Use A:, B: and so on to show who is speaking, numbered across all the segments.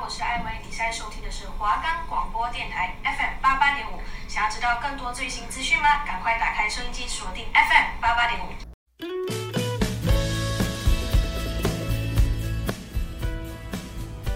A: 我是艾薇，你现在收听的是华冈广播电台 FM 八八点五。想要知道更多最新资讯吗？赶快打开收音机，锁定 FM 八八点五。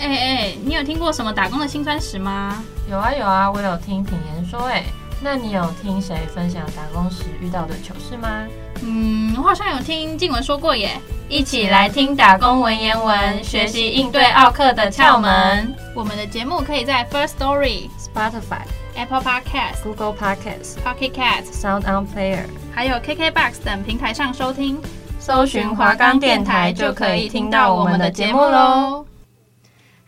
B: 哎、哎、你有听过什么打工的辛酸史吗？
C: 有啊有啊，我有听品言说哎、那你有听谁分享打工时遇到的糗事吗？
B: 嗯，我好像有听静文说过耶。
C: 一起来听打工文言文，学习应对奥克的窍门。
B: 我们的节目可以在 First Story、
C: Spotify、
B: Apple Podcast、
C: Google Podcasts、
B: Pocket Cast，
C: Sound On Player
B: 还有 KKBox 等平台上收听。
C: 搜寻华冈电台就可以听到我们的节目喽。。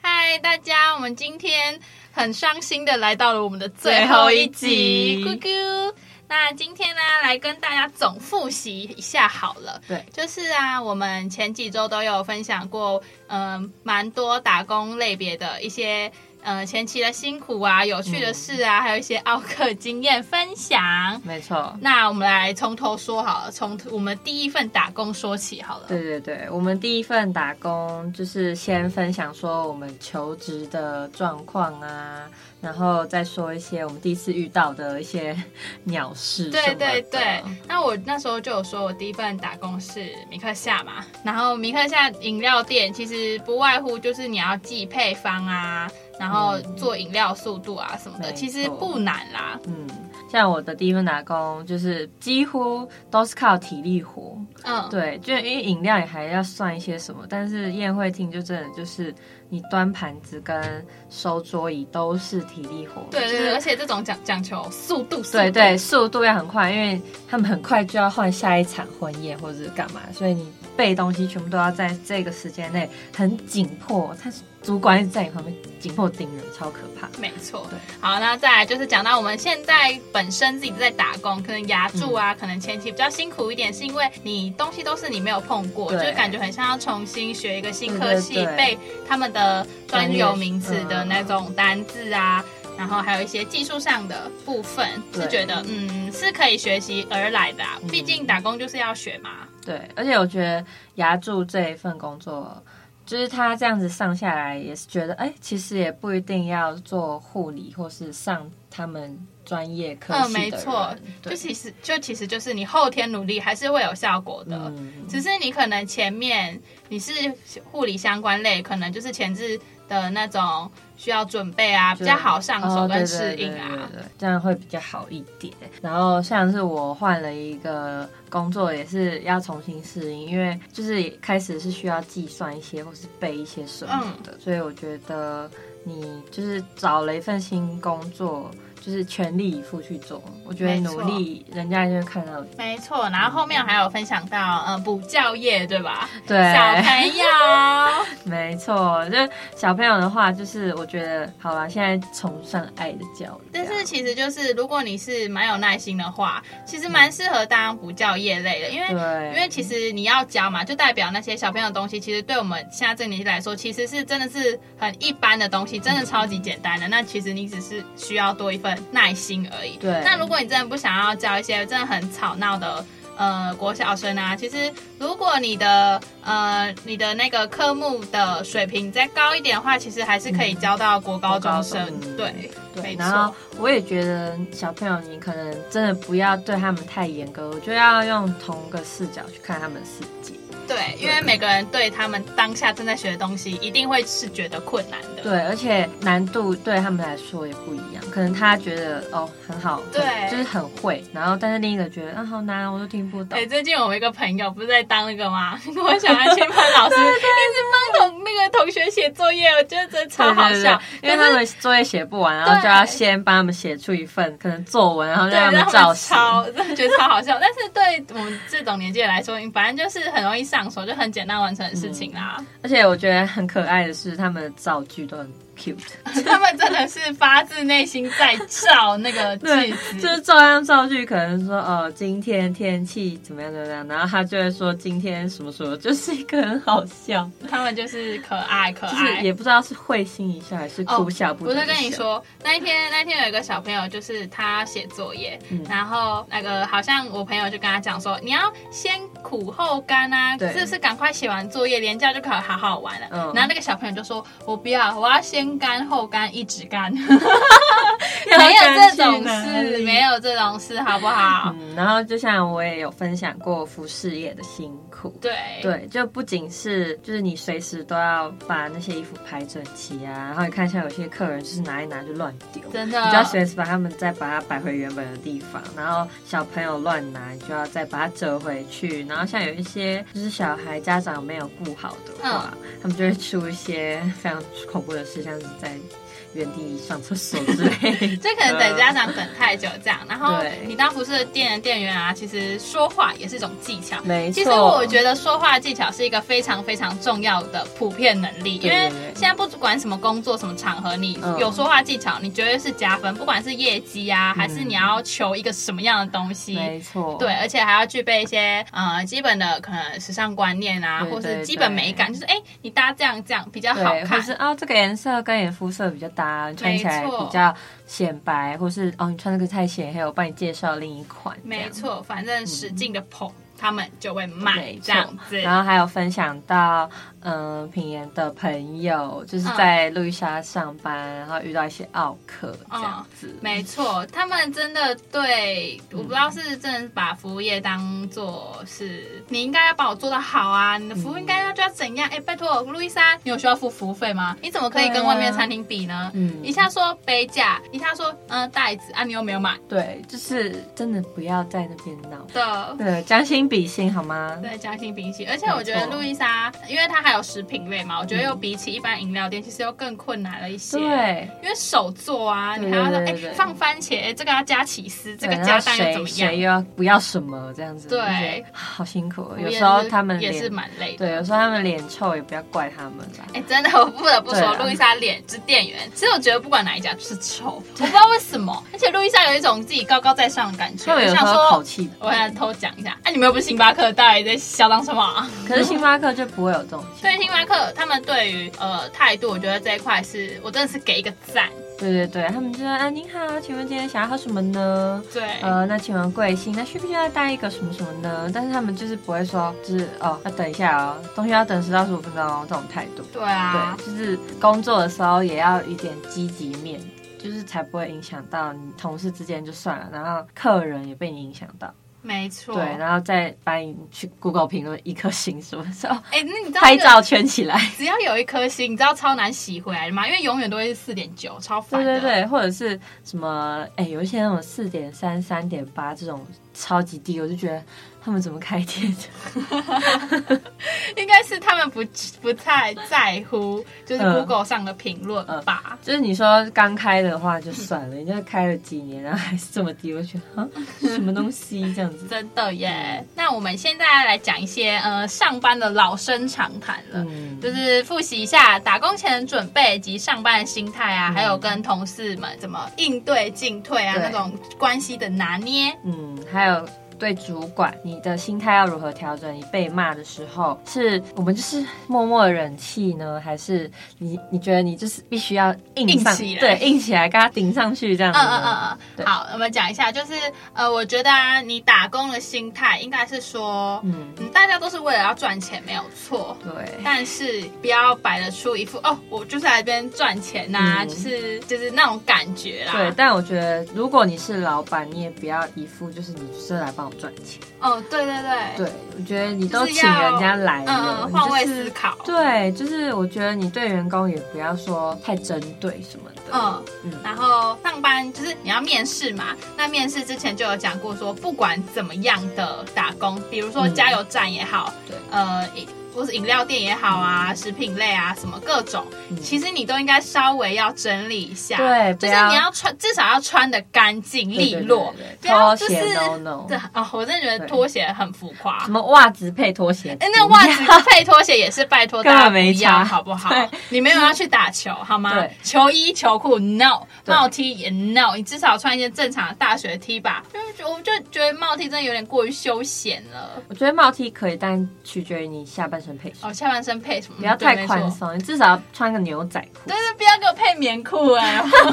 B: 嗨，大家，我们今天很伤心的来到了我们的最后一集，
C: 最后
B: 咕
C: 一集
B: 咕。那今天呢，来跟大家总复习一下好了。
C: 对，
B: 就是啊，我们前几周都有分享过，嗯、蛮多打工类别的一些，呃，前期的辛苦啊、有趣的事啊，还有一些奥克经验分享。
C: 没错。
B: 那我们来从头说好了，从我们第一份打工说起好了。
C: 对对对，我们第一份打工就是先分享说我们求职的状况啊，然后再说一些我们第一次遇到的一些 鸟事什么啊
B: 对
C: 的。
B: 对对，那我那时候就有说，我第一份打工是米克夏嘛，然后米克夏饮料店其实不外乎就是你要记配方啊，然后做饮料速度啊什么的，
C: 嗯没
B: 其实
C: 错
B: 不难啦。
C: 嗯，像我的第一份打工就是几乎都是靠体力活，
B: 嗯，
C: 对，就因为饮料也还要算一些什么，但是宴会厅就真的就是你端盘子跟收桌椅都是体力活，
B: 对对
C: 就
B: 对，
C: 是
B: 而且这种讲讲求速度，速
C: 对
B: 度
C: 对，速度要很快，因为他们很快就要换下一场婚宴或者是干嘛，所以你备东西全部都要在这个时间内很紧迫。他主管一直在你旁边紧迫盯人，超可怕。
B: 没错
C: 对，
B: 好，那再来就是讲到我们现在本身自己在打工，可能牙柱
C: 嗯
B: 啊，可能前期比较辛苦一点，是因为你东西都是你没有碰过，就
C: 对
B: 是感觉很像要重新学一个新科系，
C: 对对对
B: 背他们的专有
C: 专业
B: 名词的那种单字啊。然后还有一些技术上的部分，是
C: 嗯对
B: 觉得嗯是可以学习而来的、啊，
C: 嗯
B: 毕竟打工就是要学嘛。
C: 对，而且我觉得牙柱这一份工作，就是他这样子上下来，也是觉得，哎，其实也不一定要做护理或是上他们专业科
B: 嗯
C: 系的
B: 没错
C: 人
B: 就
C: 对，
B: 其实就其实就是你后天努力还是会有效果的。
C: 嗯，
B: 只是你可能前面你是护理相关类，可能就是前置的那种需要准备啊，比
C: 就
B: 较好上手
C: 哦对
B: 跟
C: 对
B: 适应啊。
C: 对对对对这样会比较好一点。然后像是我换了一个工作，也是要重新适应，因为就是开始是需要计算一些或是背一些什么
B: 嗯
C: 的，所以我觉得你就是找了一份新工作，就是全力以赴去做。我觉得
B: 没
C: 努
B: 错
C: 力，人家就会看到你。
B: 没错，然后后面还有分享到，呃，补教业对吧？
C: 对，啊
B: 小 朋友，
C: 没错，就是小朋友的话，就是我觉得好吧，现在崇尚爱的教育，
B: 但
C: 这
B: 是
C: 样
B: 其实就是如果你是蛮有耐心的话，其实蛮适合当补教业类的，因为因
C: 对，
B: 为其实你要教嘛，就代表那些小朋友的东西，其实对我们现在这个年纪来说，其实是真的是很一般的东西，真的超级简单的。那其实你只是需要多一份耐心而已。
C: 嗯对
B: 那如果你真的不想要教一些真的很吵闹的。呃，国小生啊，其实如果你的呃你的那个科目的水平再高一点的话，其实还是可以教到国高中生。
C: 嗯国高中嗯
B: 对，没
C: 对，然后
B: 错，
C: 我也觉得小朋友，你可能真的不要对他们太严格，我觉得要用同个视角去看他们的世界。
B: 对，因为每个人对他们当下正在学的东西，一定会是觉得困难的。
C: 对，而且难度对他们来说也不一样，可能他觉得哦很好，很
B: 对
C: 就是很会，然后但是另一个觉得啊好难，我都听不懂
B: 哎、。最近我们一个朋友不是在当那个吗？ 我想要去潘老师，一直帮同那个同学写作业，我觉得真的超好
C: 对对
B: 笑。
C: 对因为他们作业写不完，然后就要先帮他们写出一份可能作文，然后
B: 对，
C: 让
B: 让
C: 他们
B: 他
C: 照
B: 们
C: 写。
B: 超， 真的觉得超好笑。但是对我们这种年纪的来说，反正就是很容易上手，就很简单完成的事情啦。
C: 而且我觉得很可爱的是，他们的造句都很 cute。
B: 他们真的是发自内心在照那 个句子，
C: 就是照样造句，可能说哦，今天天气怎么样怎么样，然后他就会说今天什么什么，就是一个很好笑，
B: 他们就是可爱可
C: 就
B: 爱，哦
C: 是也不知道是会心一笑还是哭笑不
B: 我
C: 得
B: 是
C: 的
B: 跟你
C: 笑，
B: 说，那一天那一天有一个小朋友，就是他写作业，
C: 嗯
B: 然后那个好像我朋友就跟他讲说，你要先苦后甘啊，
C: 对
B: 是不是赶快写完作业，连假就可以好好玩了。
C: 嗯
B: 然后那个小朋友就说，我不要，我要先先干后干一直干，
C: 要
B: 没有这
C: 干去
B: 种
C: 哪
B: 事，
C: 里
B: 没有这种事，好不好？
C: 嗯，然后就像我也有分享过服饰业的辛苦，
B: 对，
C: 对，就不仅是就是你随时都要把那些衣服排整齐啊，然后你看像有些客人就是拿一拿就乱丢，
B: 真的
C: 你就要随时把它们再把它摆回原本的地方，然后小朋友乱拿，你就要再把它折回去，然后像有一些就是小孩家长没有顾好的话，
B: 嗯
C: 他们就会出一些非常恐怖的事，像是在原地上厕所之类的。
B: 这可能等家长等太久这样，然后
C: 对
B: 你当服饰店的店员啊，其实说话也是一种技巧。
C: 没错，
B: 其实我觉得说话技巧是一个非常非常重要的普遍能力，因
C: 对
B: 为
C: 对对
B: 现在不管什么工作、什么场合，你
C: 嗯
B: 有说话技巧，你绝对是加分，不管是业绩啊，还是你要求一个什么样的东西。
C: 没错，
B: 对，而且还要具备一些呃基本的可能时尚观念啊，
C: 对对
B: 或是基本美感，就是哎、你搭这样这样比较好
C: 对，或
B: 看
C: 是。哦，这个颜色跟你的肤色比较搭，你穿起来
B: 没错
C: 比较显白，或是哦，你穿这个太显黑，我帮你介绍另一款。这
B: 没
C: 样，
B: 错，反正使劲的捧，他们就会卖
C: 没
B: 这
C: 错
B: 样子。
C: 然后还有分享到，嗯、品言的朋友就是
B: 嗯
C: 在路易莎上班，然后遇到一些奥客这样子。
B: 哦没错，他们真的对，我不知道是真的把服务业当做是，你应该要把我做到好啊，你的服务应该要就要怎样？哎、拜托，路易莎，你有需要付服务费吗？你怎么可以
C: 对
B: 跟
C: 啊
B: 外面的餐厅比呢？
C: 嗯
B: 一下说杯架，一下说嗯、呃袋子啊，你又没有买
C: 对，就是真的不要在那边闹。
B: 的。
C: 对，将心比心好吗？
B: 对，将心比心，而且我觉得
C: 没错
B: 路易莎，因为它还有食品类嘛，我觉得又比起一般饮料店，其实又更困难了一些。
C: 对，
B: 因为手做啊，
C: 对
B: 你还要说，
C: 对
B: 哎、
C: 对对
B: 放番茄，哎、这个要加起司，这个
C: 对然
B: 加
C: 后
B: 蛋又怎么
C: 谁
B: 样
C: 谁？又要不要什么这样子？
B: 对
C: 就觉得啊好辛苦哦。
B: 我
C: 有
B: 也
C: 时候
B: 是
C: 他们
B: 也是
C: 脸，
B: 蛮累的。
C: 对，有时候他们脸臭也不要怪他们啦。
B: 哎、真的，我不得不
C: 对
B: 说，
C: 啊
B: 路易莎脸之店员，其实我觉得不管哪一家就是 臭，我不知道为什么，而且路易莎有一种自己高高在上的感觉。
C: 就
B: 我
C: 有时
B: 想
C: 候口
B: 说，
C: 气，
B: 我想偷讲一下，哎、你们又不是星巴克，到底在嚣张什么啊？
C: 可是星巴克就不会有这种情
B: 所
C: 况。
B: 以星巴克他们对于呃态度，我觉得这一块是我真的是给一个赞。
C: 对对对，他们就说，啊，您好，请问今天想要喝什么呢？
B: 对，
C: 呃，那请问贵姓？那需不需要带一个什么什么呢？但是他们就是不会说，就是哦，要等一下哦，东西要等十到十五分钟哦这种态度。
B: 对啊，
C: 对，就是工作的时候也要有一点积极面，就是才不会影响到你同事之间就算了，然后客人也被你影响到。
B: 没错。
C: 对，然后再把你去 Google 评论一颗星什么时候
B: 哎、那你知道、
C: 拍照圈起来。
B: 只要有一颗星，你知道超难洗回来的吗？因为永远都会是四点九，超烦
C: 对
B: 的。
C: 对对，或者是什么哎、有一些那种四点三、三点八这种超级低，我就觉得他们怎么开店的？
B: 应该是他们不不太在乎，就是
C: 嗯
B: Google 上的评论吧。？
C: 就是你说刚开的话就算了，人家开了几年，然后还是这么低，我就觉得啊，什么东西这样子
B: 真的耶！那我们现在来讲一些呃上班的老生常谈了。
C: 嗯，
B: 就是复习一下打工前的准备及上班的心态啊，还有跟同事们怎么应对进退啊，
C: 嗯对
B: 那种关系的拿捏。
C: 嗯，还有对主管，你的心态要如何调整？你被骂的时候，是我们就是默默地忍气呢，还是你你觉得你就是必须要硬
B: 硬
C: 上，
B: 起来
C: 对，硬起来跟他顶上去这样
B: 嗯
C: 子呢？
B: 嗯嗯嗯，
C: 对
B: 好，我们讲一下，就是呃，我觉得啊，你打工的心态应该是说，
C: 嗯
B: 嗯，大家都是为了要赚钱，没有错。
C: 对。
B: 但是不要摆得出一副哦，我就是来这边赚钱呐、
C: 嗯
B: 就是就是那种感觉啦。
C: 对，，但我觉得如果你是老板，你也不要一副就是你就是来帮我赚钱。
B: 哦，对对对，
C: 对，我觉得你都
B: 就是
C: 请
B: 要
C: 人家来
B: 嗯
C: 了，
B: 嗯，
C: 你
B: 换
C: 就
B: 位
C: 是
B: 思考，
C: 对，就是我觉得你对员工也不要说太针对什么的。
B: 嗯
C: 嗯。
B: 然后上班就是你要面试嘛，那面试之前就有讲过说，不管怎么样的打工，比如说
C: 嗯
B: 加油站也好，
C: 对
B: 呃，饮或是饮料店也好啊，食品类啊，什么各种，
C: 嗯
B: 其实你都应该稍微要整理一下，
C: 对
B: 就
C: 不
B: 是
C: 要
B: 你要穿，至少要穿的干净利落，
C: 对对对对
B: 不要
C: 拖
B: 就
C: 鞋
B: 是
C: no no，
B: 对啊、我真的觉得
C: 对
B: 拖鞋很浮夸
C: 什。么袜子配拖鞋？
B: 哎、那袜子配拖鞋也是拜托大家
C: 根本
B: 不
C: 没
B: 要，
C: 差
B: 好不好
C: 对？
B: 你没有要去打球，好吗
C: 对？
B: 球衣、球裤 no，
C: 对
B: 帽 T 也 no，你至少穿一些正常的大学 T 吧。因为我就觉得帽 T 真的有点过于休闲了。
C: 我觉得帽 T 可以，但取决于你下半身配什么，
B: 哦，下半身配什么？
C: 不要太
B: 对啊
C: 宽。松，你至少要穿个牛仔裤
B: 但。是不要给我配棉裤哎、或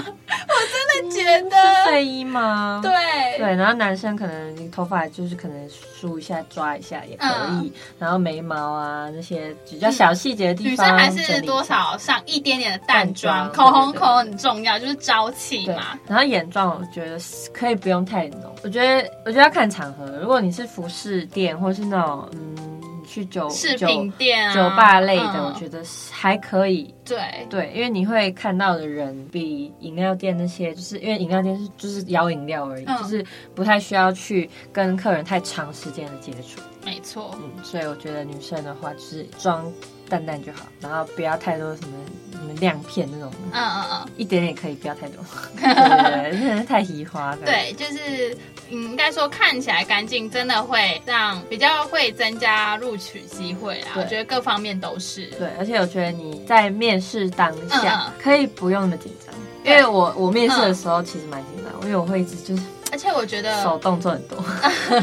B: 真的觉
C: 嗯是
B: 得，
C: 睡衣吗？
B: 对
C: 对，然后男生可能你头发就是可能梳一下、抓一下也可以，
B: 嗯
C: 然后眉毛啊那些比较小细节的地
B: 女
C: 方
B: 生
C: 整理一
B: 还
C: 下，
B: 是多少上一点点的淡妆，
C: 淡妆
B: 口红
C: 对对对
B: 口红很重要，就是朝气
C: 对
B: 嘛。，
C: 然后眼妆我觉得是可以不用太浓，我觉得我觉得要看场合，如果你是服饰店或是那种嗯你去酒
B: 饰
C: 酒
B: 品店啊，
C: 酒吧类的，
B: 嗯
C: 我觉得是还可以。
B: 对，
C: 对，因为你会看到的人比饮料店那些，就是因为饮料店是就是摇饮料而已，
B: 嗯
C: 就是不太需要去跟客人太长时间的接触。
B: 没错。
C: 嗯，所以我觉得女生的话就是妆淡淡就好，然后不要太多什么什么亮片那种，
B: 嗯嗯嗯，
C: 一点点可以，不要太 多，对对对真的是太移花。，
B: 对，就是嗯，应该说看起来干净，真的会让比较会增加录取机会啦。
C: 对
B: 我觉得各方面都是。
C: 对，而且我觉得你在面试当下、
B: 嗯
C: 可以不用那么紧张，因
B: 对嗯
C: 为我我面试的时候其实蛮紧张，因为我会一直就是
B: 而且我觉得
C: 手动作很多，
B: 嗯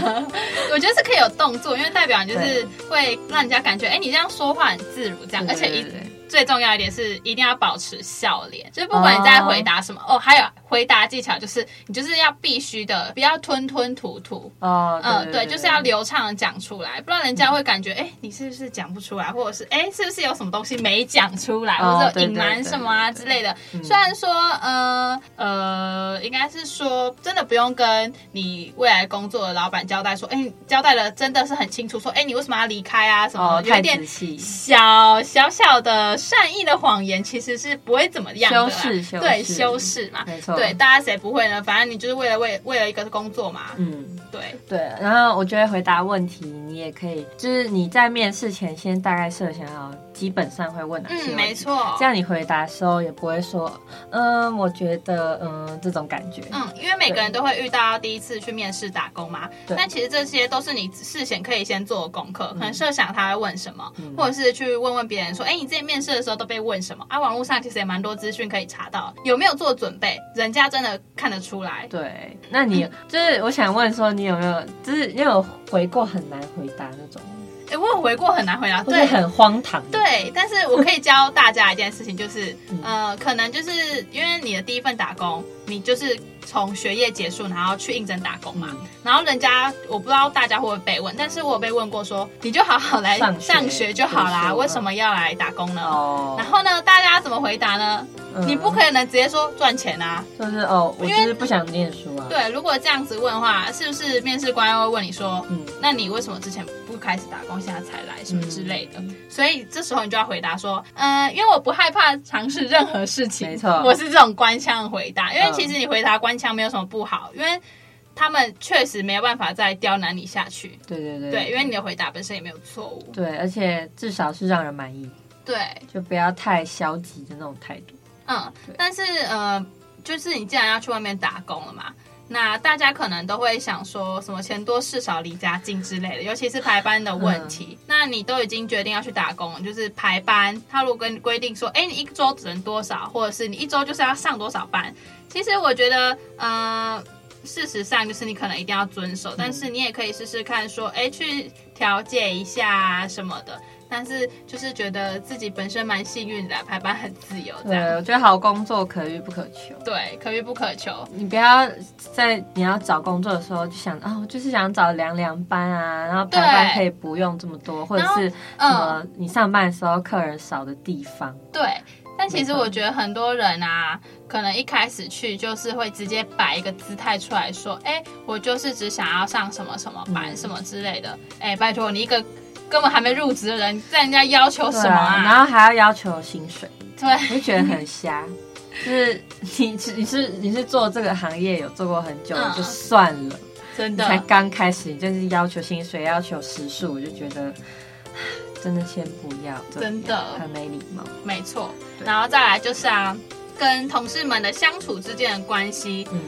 B: 我觉得是可以有动作，因为代表你就是会让人家感觉，哎、你这样说话很自如，这样，
C: 对
B: 而且一
C: 对哦对
B: 最重要一点是一定要保持笑脸，就是不管你在回答什么，哦还有回答技巧就是你就是要必须的，不要吞吞吐吐。
C: 哦，
B: 嗯、对，
C: 对
B: 就是要流畅的讲出来，不然人家会感觉，哎、你是不是讲不出来，或者是，哎、是不是有什么东西没讲出来，
C: 哦
B: 或者
C: 对
B: 有隐瞒
C: 对对
B: 什么啊
C: 对
B: 之
C: 对
B: 类的。
C: 嗯
B: 虽然说，呃呃，应该是说，真的不用跟你未来工作的老板交代说，哎、你交代了真的是很清楚，说，哎、你为什么要离开啊？什么、
C: 哦，
B: 有一
C: 太
B: 点
C: 仔细，
B: 小小小的善意的谎言，其实是不会怎么样的啦，
C: 修饰修饰
B: 对修饰嘛，
C: 没错
B: 对，大家谁不会呢？反正你就是为了为为了一个工作嘛，
C: 嗯。
B: 对，
C: 对，然后我觉得回答问题，你也可以，就是你在面试前先大概设想好，基本上会问哪些问题
B: 嗯，没，错，
C: 这样你回答的时候也不会说，嗯，我觉得，嗯，这种感觉，
B: 嗯，因为每个人都会遇到第一次去面试打工嘛，
C: 对
B: 但其实这些都是你事前可以先做的功课，可能设想他会问什么，
C: 嗯
B: 或者是去问问别人说，哎、你自己面试的时候都被问什么啊？网络上其实也蛮多资讯可以查到，有没有做准备，人家真的看得出来。
C: 对，那你就是我想问说，你有没有，就是你有回过很难回答那种，
B: 哎、我有回过很难回 答，
C: 或者
B: 对。
C: 很荒唐，，
B: 对，但是我可以教大家一件事情，就是，
C: 嗯
B: 呃，可能就是因为你的第一份打工，你就是从学业结束，然后去应征打工嘛，
C: 嗯
B: 然后人家我不知道大家会不会被问，但是我有被问过说，你就好好来
C: 上学
B: 就好啦，
C: 读书
B: 为什么要来打工呢？
C: 哦，
B: 然后呢，大家怎么回答呢？
C: 嗯
B: 你不可能直接说赚钱啊。
C: 就是哦，我
B: 因
C: 就
B: 为
C: 是不想念书啊，，
B: 对，如果这样子问的话，是不是面试官会问你说，
C: 嗯，
B: 那你为什么之前不开始打工，现在才来什么之类
C: 嗯
B: 的？所以这时候你就要回答说，嗯，因为我不害怕尝试任何事情，
C: 没错
B: 我是这种官腔的回答，因为
C: 嗯
B: 其实你回答官腔没有什么不好，因为他们确实没有办法再刁难你下去，
C: 对对对，
B: 对，因为你的回答本身也没有错误，
C: 对，而且至少是让人满意，
B: 对，
C: 就不要太消极的那种态度。
B: 嗯
C: 对，
B: 但是呃，就是你既然要去外面打工了嘛。那大家可能都会想说什么钱多事少离家近之类的，尤其是排班的问题。
C: 嗯
B: 那你都已经决定要去打工了，就是排班，他如果跟你规定说，哎，你一周只能多少，或者是你一周就是要上多少班，其实我觉得，呃，事实上就是你可能一定要遵
C: 嗯
B: 守，但是你也可以试试看说，哎，去调解一下、啊、什么的。但是就是觉得自己本身蛮幸运的啊，排班很自由这
C: 对
B: 样。，
C: 我觉得好工作可遇不可求。
B: 对，可遇不可求。
C: 你不要在你要找工作的时候就想啊，我就是想找凉凉班啊，然后排班
B: 对
C: 可以不用这么多，或者
B: 然后
C: 是什么你上班的时候客人少的地方。
B: 嗯对，但其实
C: 没错
B: 我觉得很多人啊，可能一开始去就是会直接摆一个姿态出来说，哎，我就是只想要上什么什么班、
C: 嗯
B: 什么之类的。哎，拜托你一个根本还没入职的人，在人家要求
C: 对
B: 什么
C: 啊，
B: 啊？
C: 然后还要要求薪水，
B: 对
C: 我就觉得很瞎。就是你你是你是做这个行业有做过很久、
B: 嗯
C: 就算了，
B: 真
C: 你才
B: 的。
C: 刚开始，你就是要求薪水、要求时数，我就觉得 唉真的先不要，这样
B: 真的
C: 很没礼貌。
B: 没错，
C: 对
B: 然后再来就是啊，跟同事们的相处之间的关系，
C: 嗯，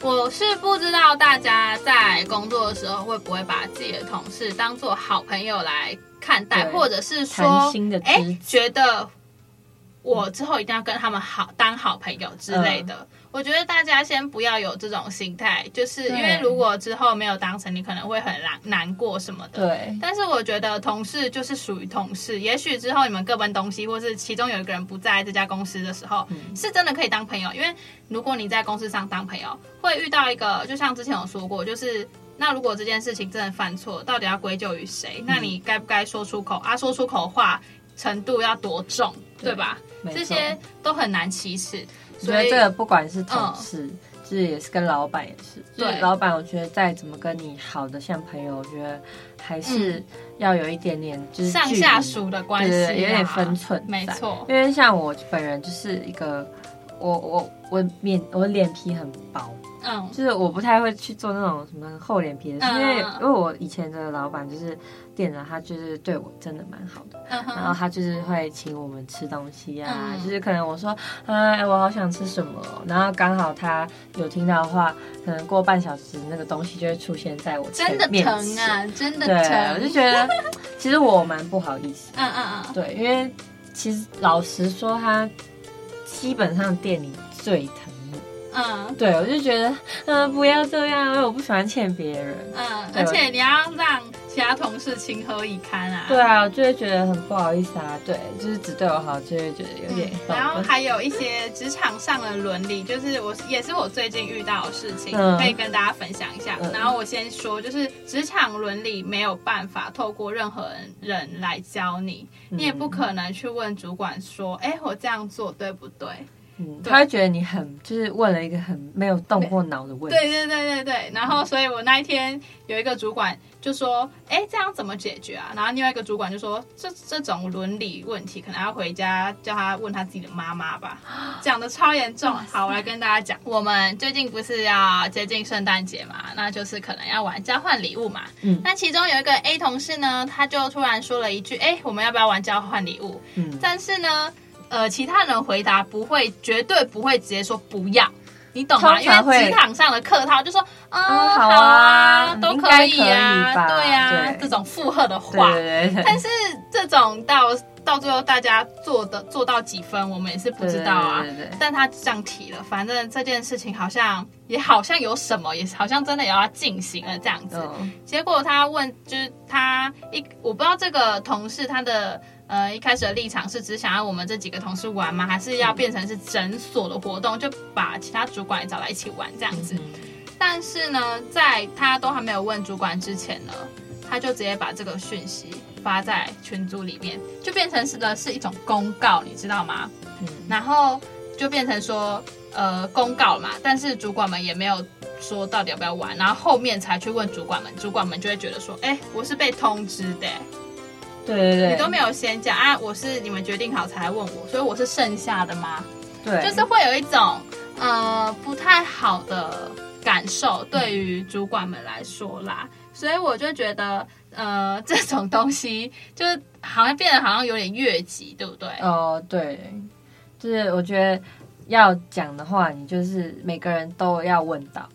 B: 我是不知道大家在工作的时候会不会把自己的同事当做好朋友来看待，
C: 对
B: 或者是
C: 谈
B: 说，
C: 心的
B: 哎、
C: 知己
B: 觉得我之后一定要跟他们好当好朋友之类的。
C: 嗯
B: 我觉得大家先不要有这种心态，就是因为
C: 对
B: 如果之后没有当成，你可能会很难难过什么的。
C: 对，
B: 但是我觉得同事就是属于同事，也许之后你们各奔东西，或是其中有一个人不在这家公司的时候，
C: 嗯
B: 是真的可以当朋友。因为如果你在公司上当朋友，会遇到一个，就像之前有说过，就是那如果这件事情真的犯错，到底要归咎于
C: 嗯
B: 谁？那你该不该说出口啊？说出口的话程度要多重，对吧？
C: 没错
B: 这些都很难启齿，
C: 我觉
B: 所
C: 得
B: 以
C: 这个不管是同事，就是也是跟老板也是，就是
B: 嗯对
C: 老板，我觉得再怎么跟你好的像朋友，我觉得还是要有一点点就
B: 嗯
C: 是
B: 上
C: 距离
B: 下属的关系
C: 对
B: 啊、
C: 对对有点分寸在
B: 没错。
C: 因为像我本人就是一个，我我我面我脸皮很薄，
B: 嗯
C: 就是我不太会去做那种什么厚脸皮的事，
B: 嗯
C: 因为
B: 嗯嗯
C: 因为我以前的老板就是店长，他就是对我真的蛮好的，
B: 嗯
C: 然后
B: 哼，
C: 他就是会请我们吃东西啊，
B: 嗯
C: 就是可能我说，哎，我好想吃什么，然后刚好他有听到的话，可能过半小时那个东西就会出现在我前
B: 真的
C: 面
B: 疼
C: 前，
B: 啊，真的
C: 对，我就
B: 疼。
C: 觉得其实我蛮不好意思的，
B: 嗯嗯嗯，
C: 对，因为其实老实说，他基本上店里最疼我。
B: 嗯
C: 对，我就觉得，嗯、不要这样，因为我不喜欢欠别人。
B: 嗯，
C: 对
B: 而且你要让其他同事情何以堪啊？
C: 对啊，我就会觉得很不好意思啊。对，就是只对我好，就会觉得有点
B: 嗯。然后还有一些职场上的伦理，就是我也是我最近遇到的事情，
C: 嗯
B: 可以跟大家分享一下。
C: 嗯
B: 然后我先说，就是职场伦理没有办法透过任何人来教你，你也
C: 嗯
B: 不可能去问主管说，哎、我这样做对不对？
C: 嗯，
B: 对
C: 他会觉得你很就是问了一个很没有动过脑的问题。嗯
B: 对对对对对。然后，所以我那一天有一个主管就说：“哎，这样怎么解决啊？”然后另外一个主管就说：“这这种伦理问题，可能要回家叫他问他自己的妈妈 吧。”讲的超严重。好，我来跟大家讲，我们最近不是要接近圣诞节嘛，那就是可能要玩交换礼物嘛。
C: 嗯
B: 那其中有一个 A 同事呢，他就突然说了一句：“哎，我们要不要玩交换礼物？”
C: 嗯，
B: 但是呢，呃，其他人回答不会，绝对不会直接说不要，你懂吗？
C: 通
B: 因为
C: 常会
B: 职场上的客套就说，嗯，
C: 嗯
B: 好
C: 好啊
B: 都
C: 应
B: 可
C: 该
B: 以
C: 可以
B: 啊，
C: 吧
B: 对啊，
C: 对
B: 这种附和的
C: 对
B: 话，
C: 对对对
B: 但是这种到到最后大家做的做到几分，我们也是不知道啊。
C: 对对对对
B: 但他这样提了，反正这件事情好像也好像有什么，也好像真的也要进行了这样子。
C: 嗯
B: 结果他问，就是他一我不知道这个同事他的呃一开始的立场是只想要我们这几个同事玩吗？还是要变成是整所的活动，就把其他主管也找来一起玩这样
C: 嗯
B: 子？但是呢，在他都还没有问主管之前呢，他就直接把这个讯息发在群组里面，就变成是的是一种公告，你知道吗？
C: 嗯
B: 然后就变成说，呃，公告嘛，但是主管们也没有说到底要不要玩，然后后面才去问主管们，主管们就会觉得说，哎、我是被通知的、
C: 对对
B: 你
C: 对
B: 都没有先讲啊，我是你们决定好才来问我，所以我是剩下的吗？
C: 对，
B: 就是会有一种呃不太好的感受，
C: 嗯
B: 对于主管们来说啦，所以我就觉得呃这种东西就是好像变得好像有点越级，对不对？
C: 哦，对，就是我觉得要讲的话，你就是每个人都要问到，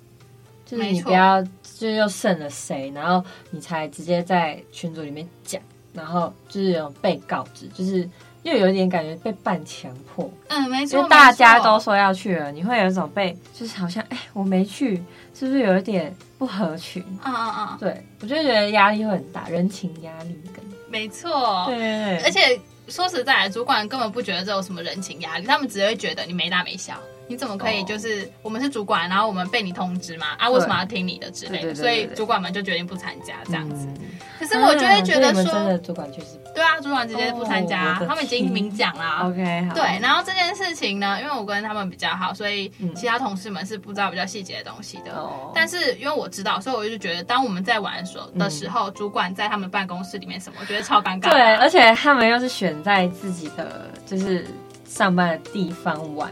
C: 就是
B: 没
C: 你
B: 错
C: 不要就是又剩了谁，然后你才直接在群组里面讲，然后就是有被告知，就是又有点感觉被半强迫，
B: 嗯，没
C: 因
B: 错，
C: 为大家
B: 没错
C: 都说要去了，你会有一种被就是好像哎我没去，是不是有一点不合群？
B: 嗯嗯
C: 对，我就觉得压力会很大，人情压力跟
B: 嗯，没错，
C: 对对
B: 而
C: 对，
B: 且说实在，主管根本不觉得这有什么人情压力，他们只会觉得你没大没小，你怎么可以
C: 哦
B: 就是、我们是主管，然后我们被你通知嘛，啊，为什么要听你的之类的，
C: 对对对对
B: 所以
C: 对
B: 主管们就决定不参加这样子。
C: 嗯
B: 可是我就会觉得
C: 啊所以你们
B: 说，
C: 真的主管就是
B: 对啊，主管直接不参加、
C: 哦我的
B: 他们已经
C: 天哦
B: 明讲啦。
C: 啊 OK 好，
B: 对，然后这件事情呢，因为我跟他们比较好，所以
C: 嗯
B: 其他同事们是不知道比较细节的东西的。
C: 哦，
B: 但是因为我知道，所以我就觉得，当我们在玩的时候，
C: 嗯
B: 的时候主管在他们办公室里面什么，我觉得超尴尬的。
C: 对，而且他们又是选在自己的就是上班的地方玩，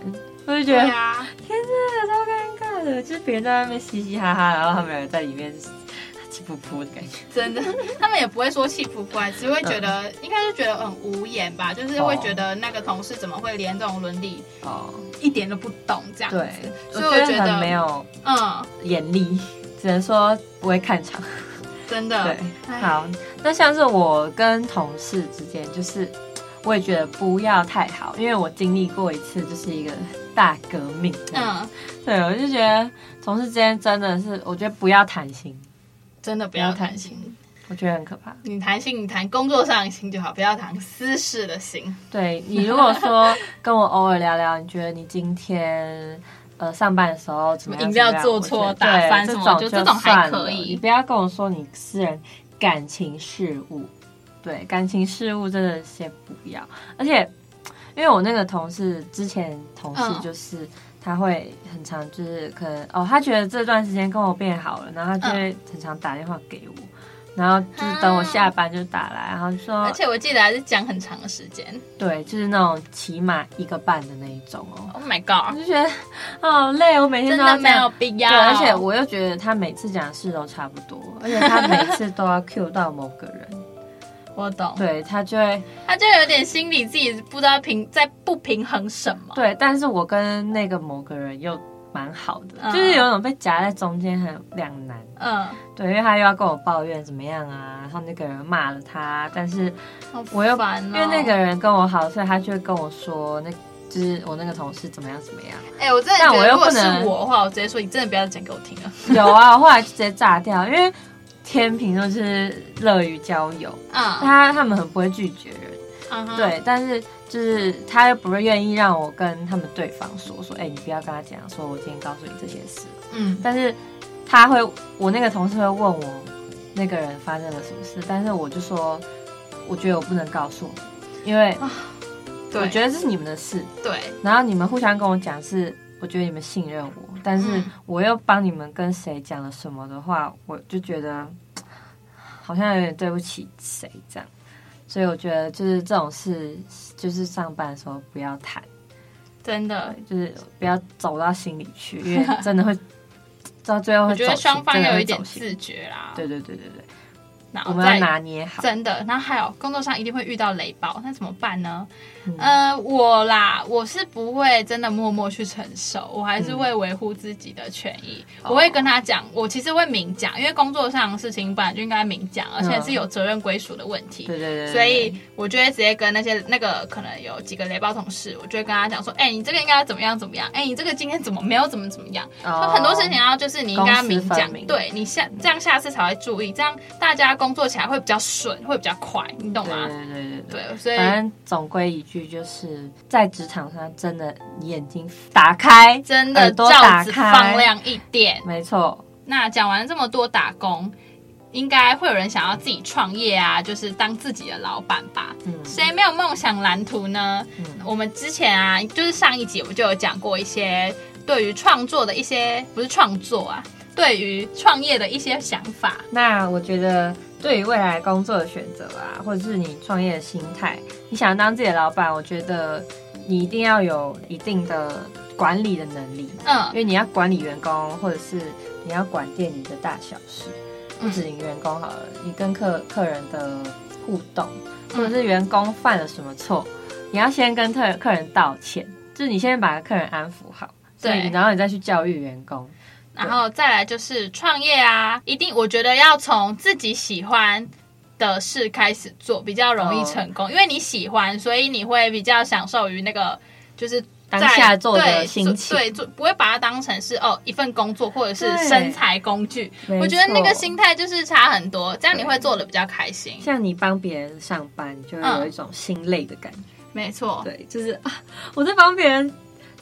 C: 我就觉
B: 对
C: 得、
B: 啊，
C: 天真的超尴尬的，就是别人在外面嘻嘻哈哈，然后他们两个在里面气噗噗的感觉。
B: 真 的，他们也不会说气不怪，只会觉得、
C: 嗯
B: 应该是觉得很无言吧，就是会觉得那个同事怎么会连这种伦理
C: 哦，
B: 一点都不懂这样子
C: 对，，
B: 所以我觉
C: 很
B: 得
C: 没有
B: 嗯，
C: 眼力，只能说不会看场。
B: 真的
C: 对，好，那像是我跟同事之间，就是我也觉得不要太好，因为我经历过一次，就是一个大革命。
B: 嗯，
C: 对，我就觉得同事之间真的是，我觉得不要谈心，
B: 真的不要谈心，
C: 我觉得很可怕。
B: 你谈心，你谈工作上的心就好，不要谈私事的心。
C: 对你如果说跟我偶尔聊聊，你觉得你今天呃上班的时候怎么样？
B: 饮料
C: 怎么样
B: 做错
C: 我觉得
B: 打
C: 对
B: 翻什
C: 这
B: 么
C: 种
B: 就
C: 就
B: 这种还
C: 算
B: 可
C: 了
B: 以
C: 你不要跟我说你私人感情事务，对感情事务真的先不要。而且因为我那个同事之前同事
B: 嗯
C: 就是。他会很常就是可能哦，他觉得这段时间跟我变好了，然后他就
B: 嗯
C: 会很常打电话给我，然后就是等我下班就打来，然后说
B: 而且我记得还是讲很长的时间。
C: 对，就是那种起码一个半的那一种哦。
B: Oh my
C: 我
B: god，
C: 就觉得哦好累，我每天
B: 真
C: 都要
B: 的
C: 这
B: 没有
C: 样。
B: 必
C: 对，
B: 要。
C: 而且我又觉得他每次讲的事都差不多，而且他每次都要 cue 到某个人，
B: 我懂，
C: 对他就会
B: 他就有点心里自己不知道平在不平衡什么。
C: 对，但是我跟那个某个人又蛮好的，
B: 嗯
C: 就是有种被夹在中间很两难。
B: 嗯，
C: 对，因为他又要跟我抱怨怎么样啊，然后那个人骂了他，但是
B: 好
C: 我又
B: 烦
C: 因
B: 哦。
C: 为那个人跟我好，所以他就会跟我说，那就是我那个同事怎么样怎么样。
B: 哎、我真的
C: 但
B: 觉
C: 我
B: 得，
C: 又
B: 如果
C: 不
B: 是
C: 能
B: 我的话，我直接说你真的不要讲给我听 了。
C: 有啊，我后来就直接炸掉，因为天平都是乐于交友，
B: 嗯，
C: 他他们很不会拒绝人，
B: 嗯哼，
C: 对，但是就是他又不会愿意让我跟他们对方说说，哎、你不要跟他讲，说我今天告诉你这些事，
B: 嗯，
C: 但是他会，我那个同事会问我那个人发生了什么事，但是我就说，我觉得我不能告诉你，因为
B: 对，
C: 我觉得这是你们的事，
B: 对，
C: 然后你们互相跟我讲是，我觉得你们信任我，但是
B: 嗯
C: 我又帮你们跟谁讲了什么的话，我就觉得好像有点对不起谁这样，所以我觉得就是这种事，就是上班的时候不要谈，
B: 真的，
C: 就是不要走到心里 去，因为真的会到最后
B: 我
C: 会
B: 觉
C: 走
B: 得
C: 心
B: 双方
C: 真的
B: 有一
C: 会
B: 点
C: 走心。
B: 自觉啦。
C: 对对对对对，
B: 然
C: 我
B: 后
C: 们要
B: 再
C: 拿捏好。
B: 真的，然后还有工作上一定会遇到雷暴，那怎么办呢？
C: 嗯
B: 呃，我啦，我是不会真的默默去承受，我还是
C: 嗯
B: 会维护自己的权益。
C: 哦
B: 我会跟他讲，我其实会明讲，因为工作上的事情本来就应该明讲，而且是有责任归属的问题。
C: 嗯对对对对，
B: 所以我就会直接跟那些那个可能有几个雷暴同事，我就会跟他讲说，哎、你这个应该怎么样怎么样，哎、你这个今天怎么没有怎么怎么样，
C: 就
B: 就很多事情要就是你应该明
C: 哦公私
B: 讲
C: 分，明
B: 对你下这样下次才会注意，这样大家工作起来会比较顺，会比较快，你懂
C: 对
B: 吗？
C: 对对对对。
B: 对，所以
C: 反正总归一句，就是在职场上真的眼睛打开，
B: 真的
C: 耳朵
B: 罩
C: 打
B: 子
C: 开
B: 放亮一点。
C: 没错，
B: 那讲完这么多打工，应该会有人想要自己创业啊，就是当自己的老板吧。
C: 嗯
B: 谁没有梦想蓝图呢？
C: 嗯
B: 我们之前啊，就是上一集我就有讲过一些对于创作的一些，不是创作啊，对于创业的一些想法。
C: 那我觉得对于未来工作的选择啊，或者是你创业的心态，你想当自己的老板，我觉得你一定要有一定的管理的能力，因
B: 嗯，
C: 为你要管理员工，或者是你要管店里的大小事，不
B: 嗯
C: 止你员工好了，你跟客客人的互动，
B: 嗯
C: 或者是员工犯了什么错，你要先跟客客人道歉，就是你先把客人安抚好，
B: 对
C: 所以然后你再去教育员工。
B: 然后再来就是创业啊，一定我觉得要从自己喜欢的事开始做，比较容易成
C: 哦
B: 功，因为你喜欢，所以你会比较享受于那个就是在。
C: 当下做的
B: 对
C: 心情，
B: 对做不会把它当成是哦一份工作或者是
C: 对
B: 生财工具，
C: 没
B: 我觉得那个
C: 错
B: 心态就是差很多，这样你
C: 对
B: 会做的比较开心。
C: 像你帮别人上班，就会
B: 嗯
C: 有一种心累的感觉。
B: 没错，
C: 对，就是啊，我在帮别人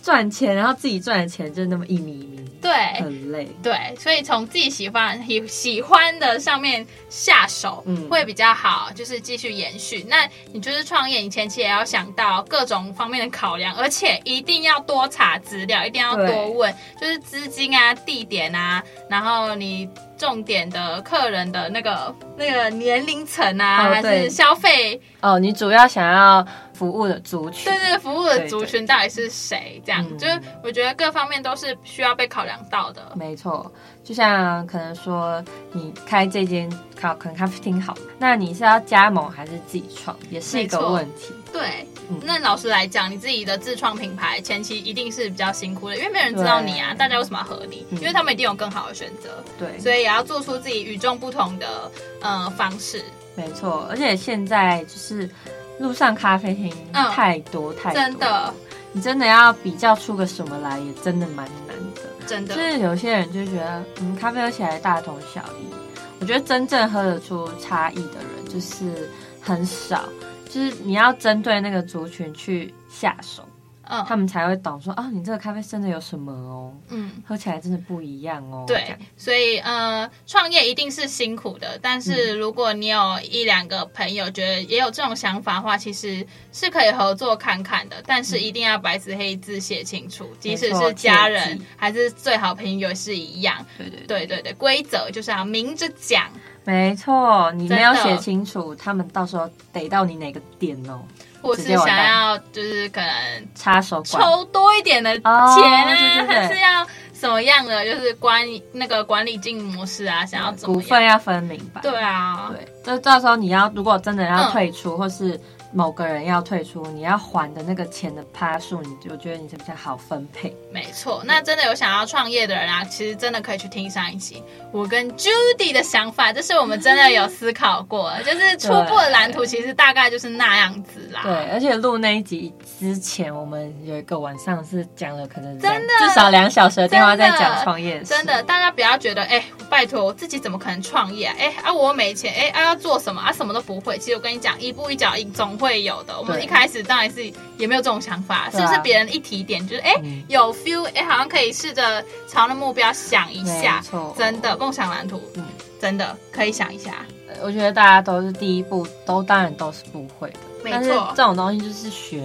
C: 赚钱，然后自己赚的钱就那么一米一米，
B: 对
C: 很累。
B: 对，所以从自己喜欢喜喜欢的上面下手，
C: 嗯
B: 会比较好，就是继续延续。那你就是创业，你前期也要想到各种方面的考量，而且一定要多查资料，一定要多
C: 对
B: 问，就是资金啊、地点啊，然后你。重点的客人的那个那个年龄层啊，
C: 哦
B: 还是
C: 对
B: 消费
C: 哦，你主要想要服务的族群
B: 对，这个服务的
C: 对
B: 族
C: 对
B: 群到底是谁？这样，
C: 嗯
B: 就是我觉得各方面都是需要被考量到的。
C: 没错，就像可能说你开这间咖可能咖啡厅好了，那你是要加盟还是自己创，也是一个
B: 没错
C: 问题。
B: 对，
C: 嗯
B: 那老实来讲，你自己的自创品牌前期一定是比较辛苦的，因为没有人知道你啊，
C: 对
B: 大家为什么要和你？
C: 嗯
B: 因为他们一定有更好的选择，
C: 对，
B: 所以也要做出自己与众不同的呃方式。
C: 没错，而且现在就是路上咖啡厅
B: 嗯
C: 太多、太多，
B: 真的
C: 你真的要比较出个什么来，也真的蛮难的。
B: 真
C: 就
B: 的，
C: 是有些人就觉得，嗯，咖啡喝起来大同小异。我觉得真正喝得出差异的人，就是很少。就是你要针对那个族群去下手，他
B: 嗯
C: 们才会懂说，啊，你这个咖啡真的有什么哦，
B: 嗯。
C: 喝起来真的不一样哦。这
B: 对
C: 样，
B: 所以呃，创业一定是辛苦的，但是
C: 嗯
B: 如果你有一两个朋友觉得也有这种想法的话，其实是可以合作看看的，但是一定要白纸黑字写清楚，即使
C: 嗯错
B: 是家
C: 切
B: 人
C: 记
B: 还是最好朋友是一样。
C: 对对
B: 对对对，规则就是要明着讲。
C: 没错，你没有
B: 真的
C: 写清楚，他们到时候逮到你哪个点哦，
B: 或
C: 直
B: 是
C: 接完
B: 想
C: 蛋
B: 要就是可能
C: 插手管。
B: 抽多一点的钱
C: 哦
B: 啊，
C: 对对对
B: 还是要什么样的就是管那个管理经营模式啊，想要怎
C: 股
B: 么
C: 份
B: 样？
C: 要分明吧。
B: 对啊，
C: 对，就到时候你要如果真的要
B: 嗯
C: 退出，或是某个人要退出，你要还的那个钱的趴数，你我觉得你比较好分配。
B: 没错。那真的有想要创业的人啊，其实真的可以去听上一集我跟 Judy 的想法，这是我们真的有思考过的，就是初步的蓝图其实大概就是那样子啦。
C: 对，而且录那一集之前，我们有一个晚上是讲了可能
B: 真
C: 两
B: 的
C: 至少两小时的电话
B: 真
C: 在
B: 的
C: 讲创业，
B: 真。的，大家不要觉得，哎、拜托，我自己怎么可能创业啊？哎、啊，我没钱，哎、啊，要做什么啊？什么都不会。其实我跟你讲，一步一脚印总会有的。我们
C: 对
B: 一开始当然是也没有这种想法，
C: 对
B: 是
C: 啊
B: 不是？别人一提点，就是哎、
C: 嗯
B: 有 feel，哎、好像可以试着朝那目标想一下
C: 没错。
B: 真的，梦想蓝图，
C: 嗯
B: 真的可以想一下。
C: 呃我觉得大家都是第一步，都当然都是不会的，
B: 没
C: 但是
B: 错
C: 这种东西就是学，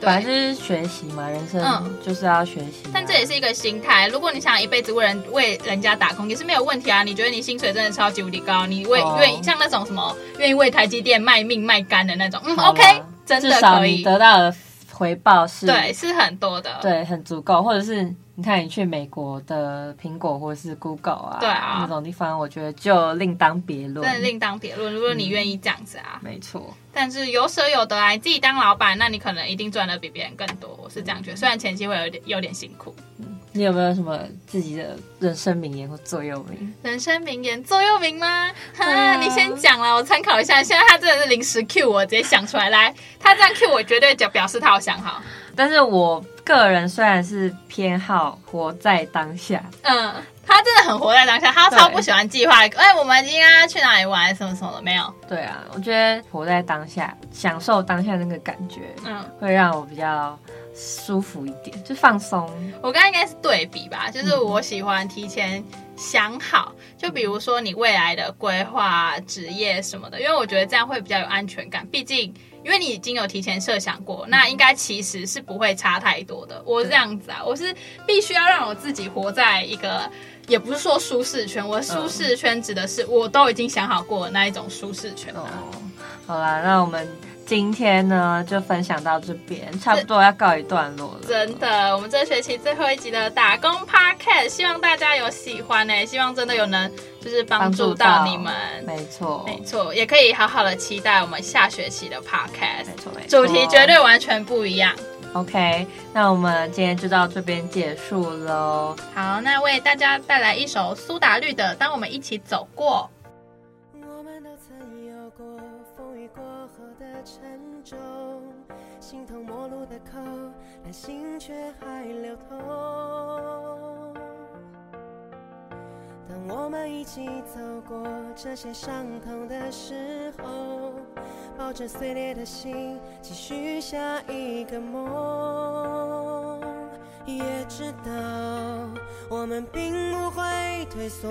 B: 对
C: 反正就是学习嘛，人
B: 嗯
C: 生就是要学习啊、
B: 但这也是一个心态。如果你想一辈子为人为人家打工，也是没有问题啊。你觉得你薪水真的超级无敌高，你为
C: 哦
B: 愿意、像那种什么愿意为台积电卖命卖肝的那种，嗯
C: 好啦啊
B: ，OK，真
C: 至
B: 的
C: 少
B: 可
C: 你
B: 以，
C: 得到的回报是
B: 对，是很多的，
C: 对，很足够，或者是你看你去美国的苹果或者是 Google 啊，
B: 对啊
C: 那种地方，我觉得就另当别论
B: 真。的另当别论。如果你愿意这样子啊，
C: 没错，
B: 但是有舍有得啊，你自己当老板，那你可能一定赚的比别人更多，我是这样觉得。虽然前期会有点有点辛苦。
C: 你有没有什么自己的人生名言或座右铭？
B: 人生名言座右铭吗？哈、
C: 啊
B: 你先讲啦，我参考一下。现在他真的是临时 Q 我，直接想出来。来，他这样 Q 我，绝对就表示他有想好。
C: 但是我个人虽然是偏好活在当下，
B: 嗯，他真的很活在当下，他超不喜欢计划。哎，我们今天要去哪里玩？什么什么的没有？
C: 对啊，我觉得活在当下，享受当下那个感觉，
B: 嗯，
C: 会让我比较舒服一点，就放松。
B: 我刚刚应该是对比吧，就是我喜欢提前想好，就比如说你未来的规划、职业什么的，因为我觉得这样会比较有安全感。毕竟，因为你已经有提前设想过，那应该其实是不会差太多的。我是这样子啊，我是必须要让我自己活在一个。也不是说舒适圈，我的舒适圈指的是我都已经想好过的那一种舒适圈、
C: 哦
B: 啊。，
C: 好啦，那我们今天呢就分享到这边，差不多要告一段落了。
B: 真的，我们这学期最后一集的打工 podcast，希望大家有喜欢呢、希望真的有能就是帮助到你们。
C: 没错，
B: 没错，也可以好好的期待我们下学期的 podcast，
C: 没错，没错。
B: 主题绝对完全不一样。
C: OK。那我们今天就到这边结束喽。
B: 好，那为大家带来一首苏打绿的《当我们一起走过
D: 我们都曾有过风雨过后的沉重，形同陌路的口，但心却还流通。当我们一起走过这些伤痛的时候，抱着碎裂的心，继续下一个梦。也知道我们并不会退缩。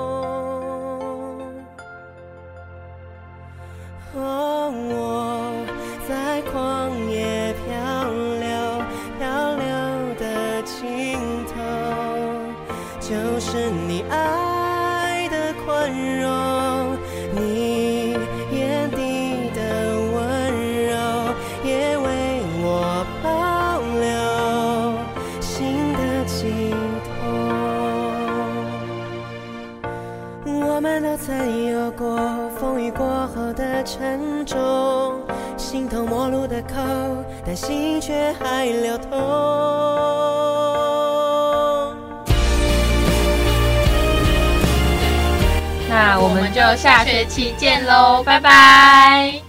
D: 哦，我在旷野漂流，漂流的尽头，就是你爱的宽容，你眼底的温柔，也为我保留新的寄托。我们都曾有过风雨过后的沉重，形同陌路的口，但心却还流通。
C: 那我
B: 我
C: 们
B: 们就
C: 就下
B: 下
C: 学
B: 学期见喽，拜拜。